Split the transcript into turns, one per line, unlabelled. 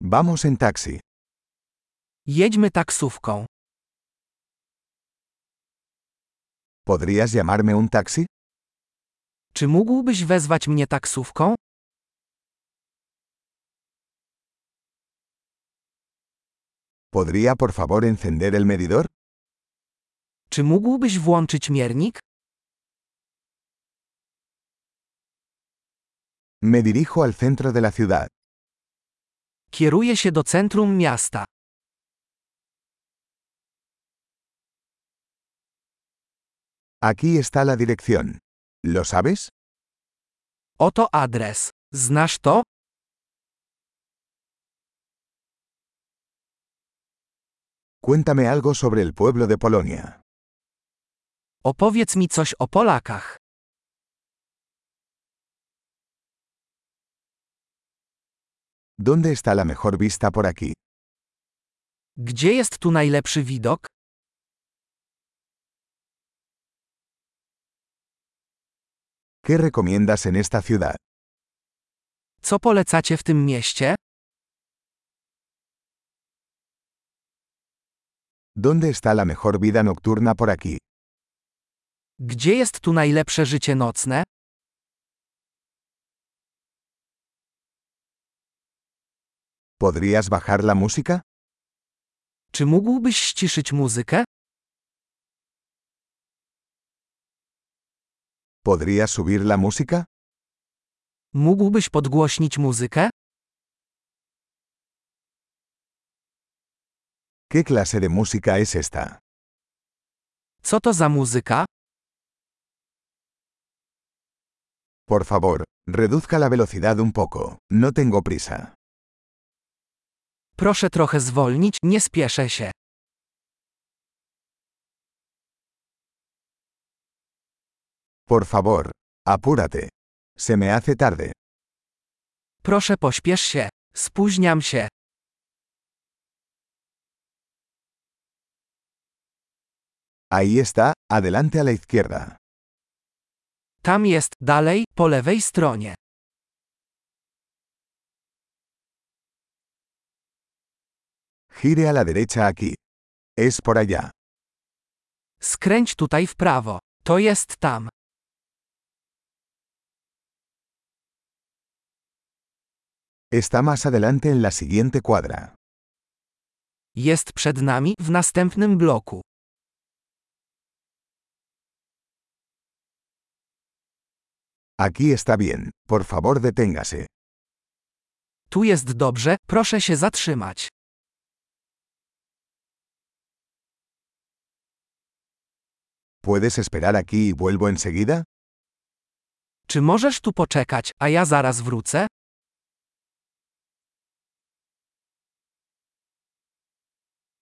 Vamos en taxi.
Jedźmy taksówką.
¿Podrías llamarme un taxi?
Czy mógłbyś wezwać mnie taksówką?
¿Podría por favor encender el medidor?
Czy mógłbyś włączyć miernik?
Me dirijo al centro de la ciudad.
Kieruję się do centrum miasta.
Aquí está la dirección. ¿Lo sabes?
Oto adres. Znasz to?
Cuéntame algo sobre el pueblo de Polonia.
Opowiedz mi coś o Polakach.
¿Dónde está la mejor vista por aquí?
Gdzie jest tu najlepszy widok?
¿Qué recomiendas en esta ciudad?
Co polecacie w tym mieście?
¿Dónde está la mejor vida nocturna por aquí?
Gdzie jest tu najlepsze życie nocne?
¿Podrías bajar la música?
Czy mógłbyś ściszyć muzykę?
¿Podrías subir la música?
Mógłbyś podgłośnić muzykę?
¿Qué clase de música es esta?
Co to za muzyka?
Por favor, reduzca la velocidad un poco. No tengo prisa.
Proszę trochę zwolnić, nie spieszę się.
Por favor, apúrate. Se me hace tarde.
Proszę pośpiesz się. Spóźniam się.
Ahí está, adelante a la izquierda.
Tam jest, dalej, po lewej stronie.
Gire a la derecha aquí. Es por allá.
Skręć tutaj w prawo. To jest tam.
Está más adelante en la siguiente cuadra.
Jest przed nami, w następnym bloku.
Aquí está bien, por favor deténgase.
Tu jest dobrze, proszę się zatrzymać.
¿Puedes esperar aquí y vuelvo enseguida?
Czy możesz tu poczekać, a ja zaraz wrócę?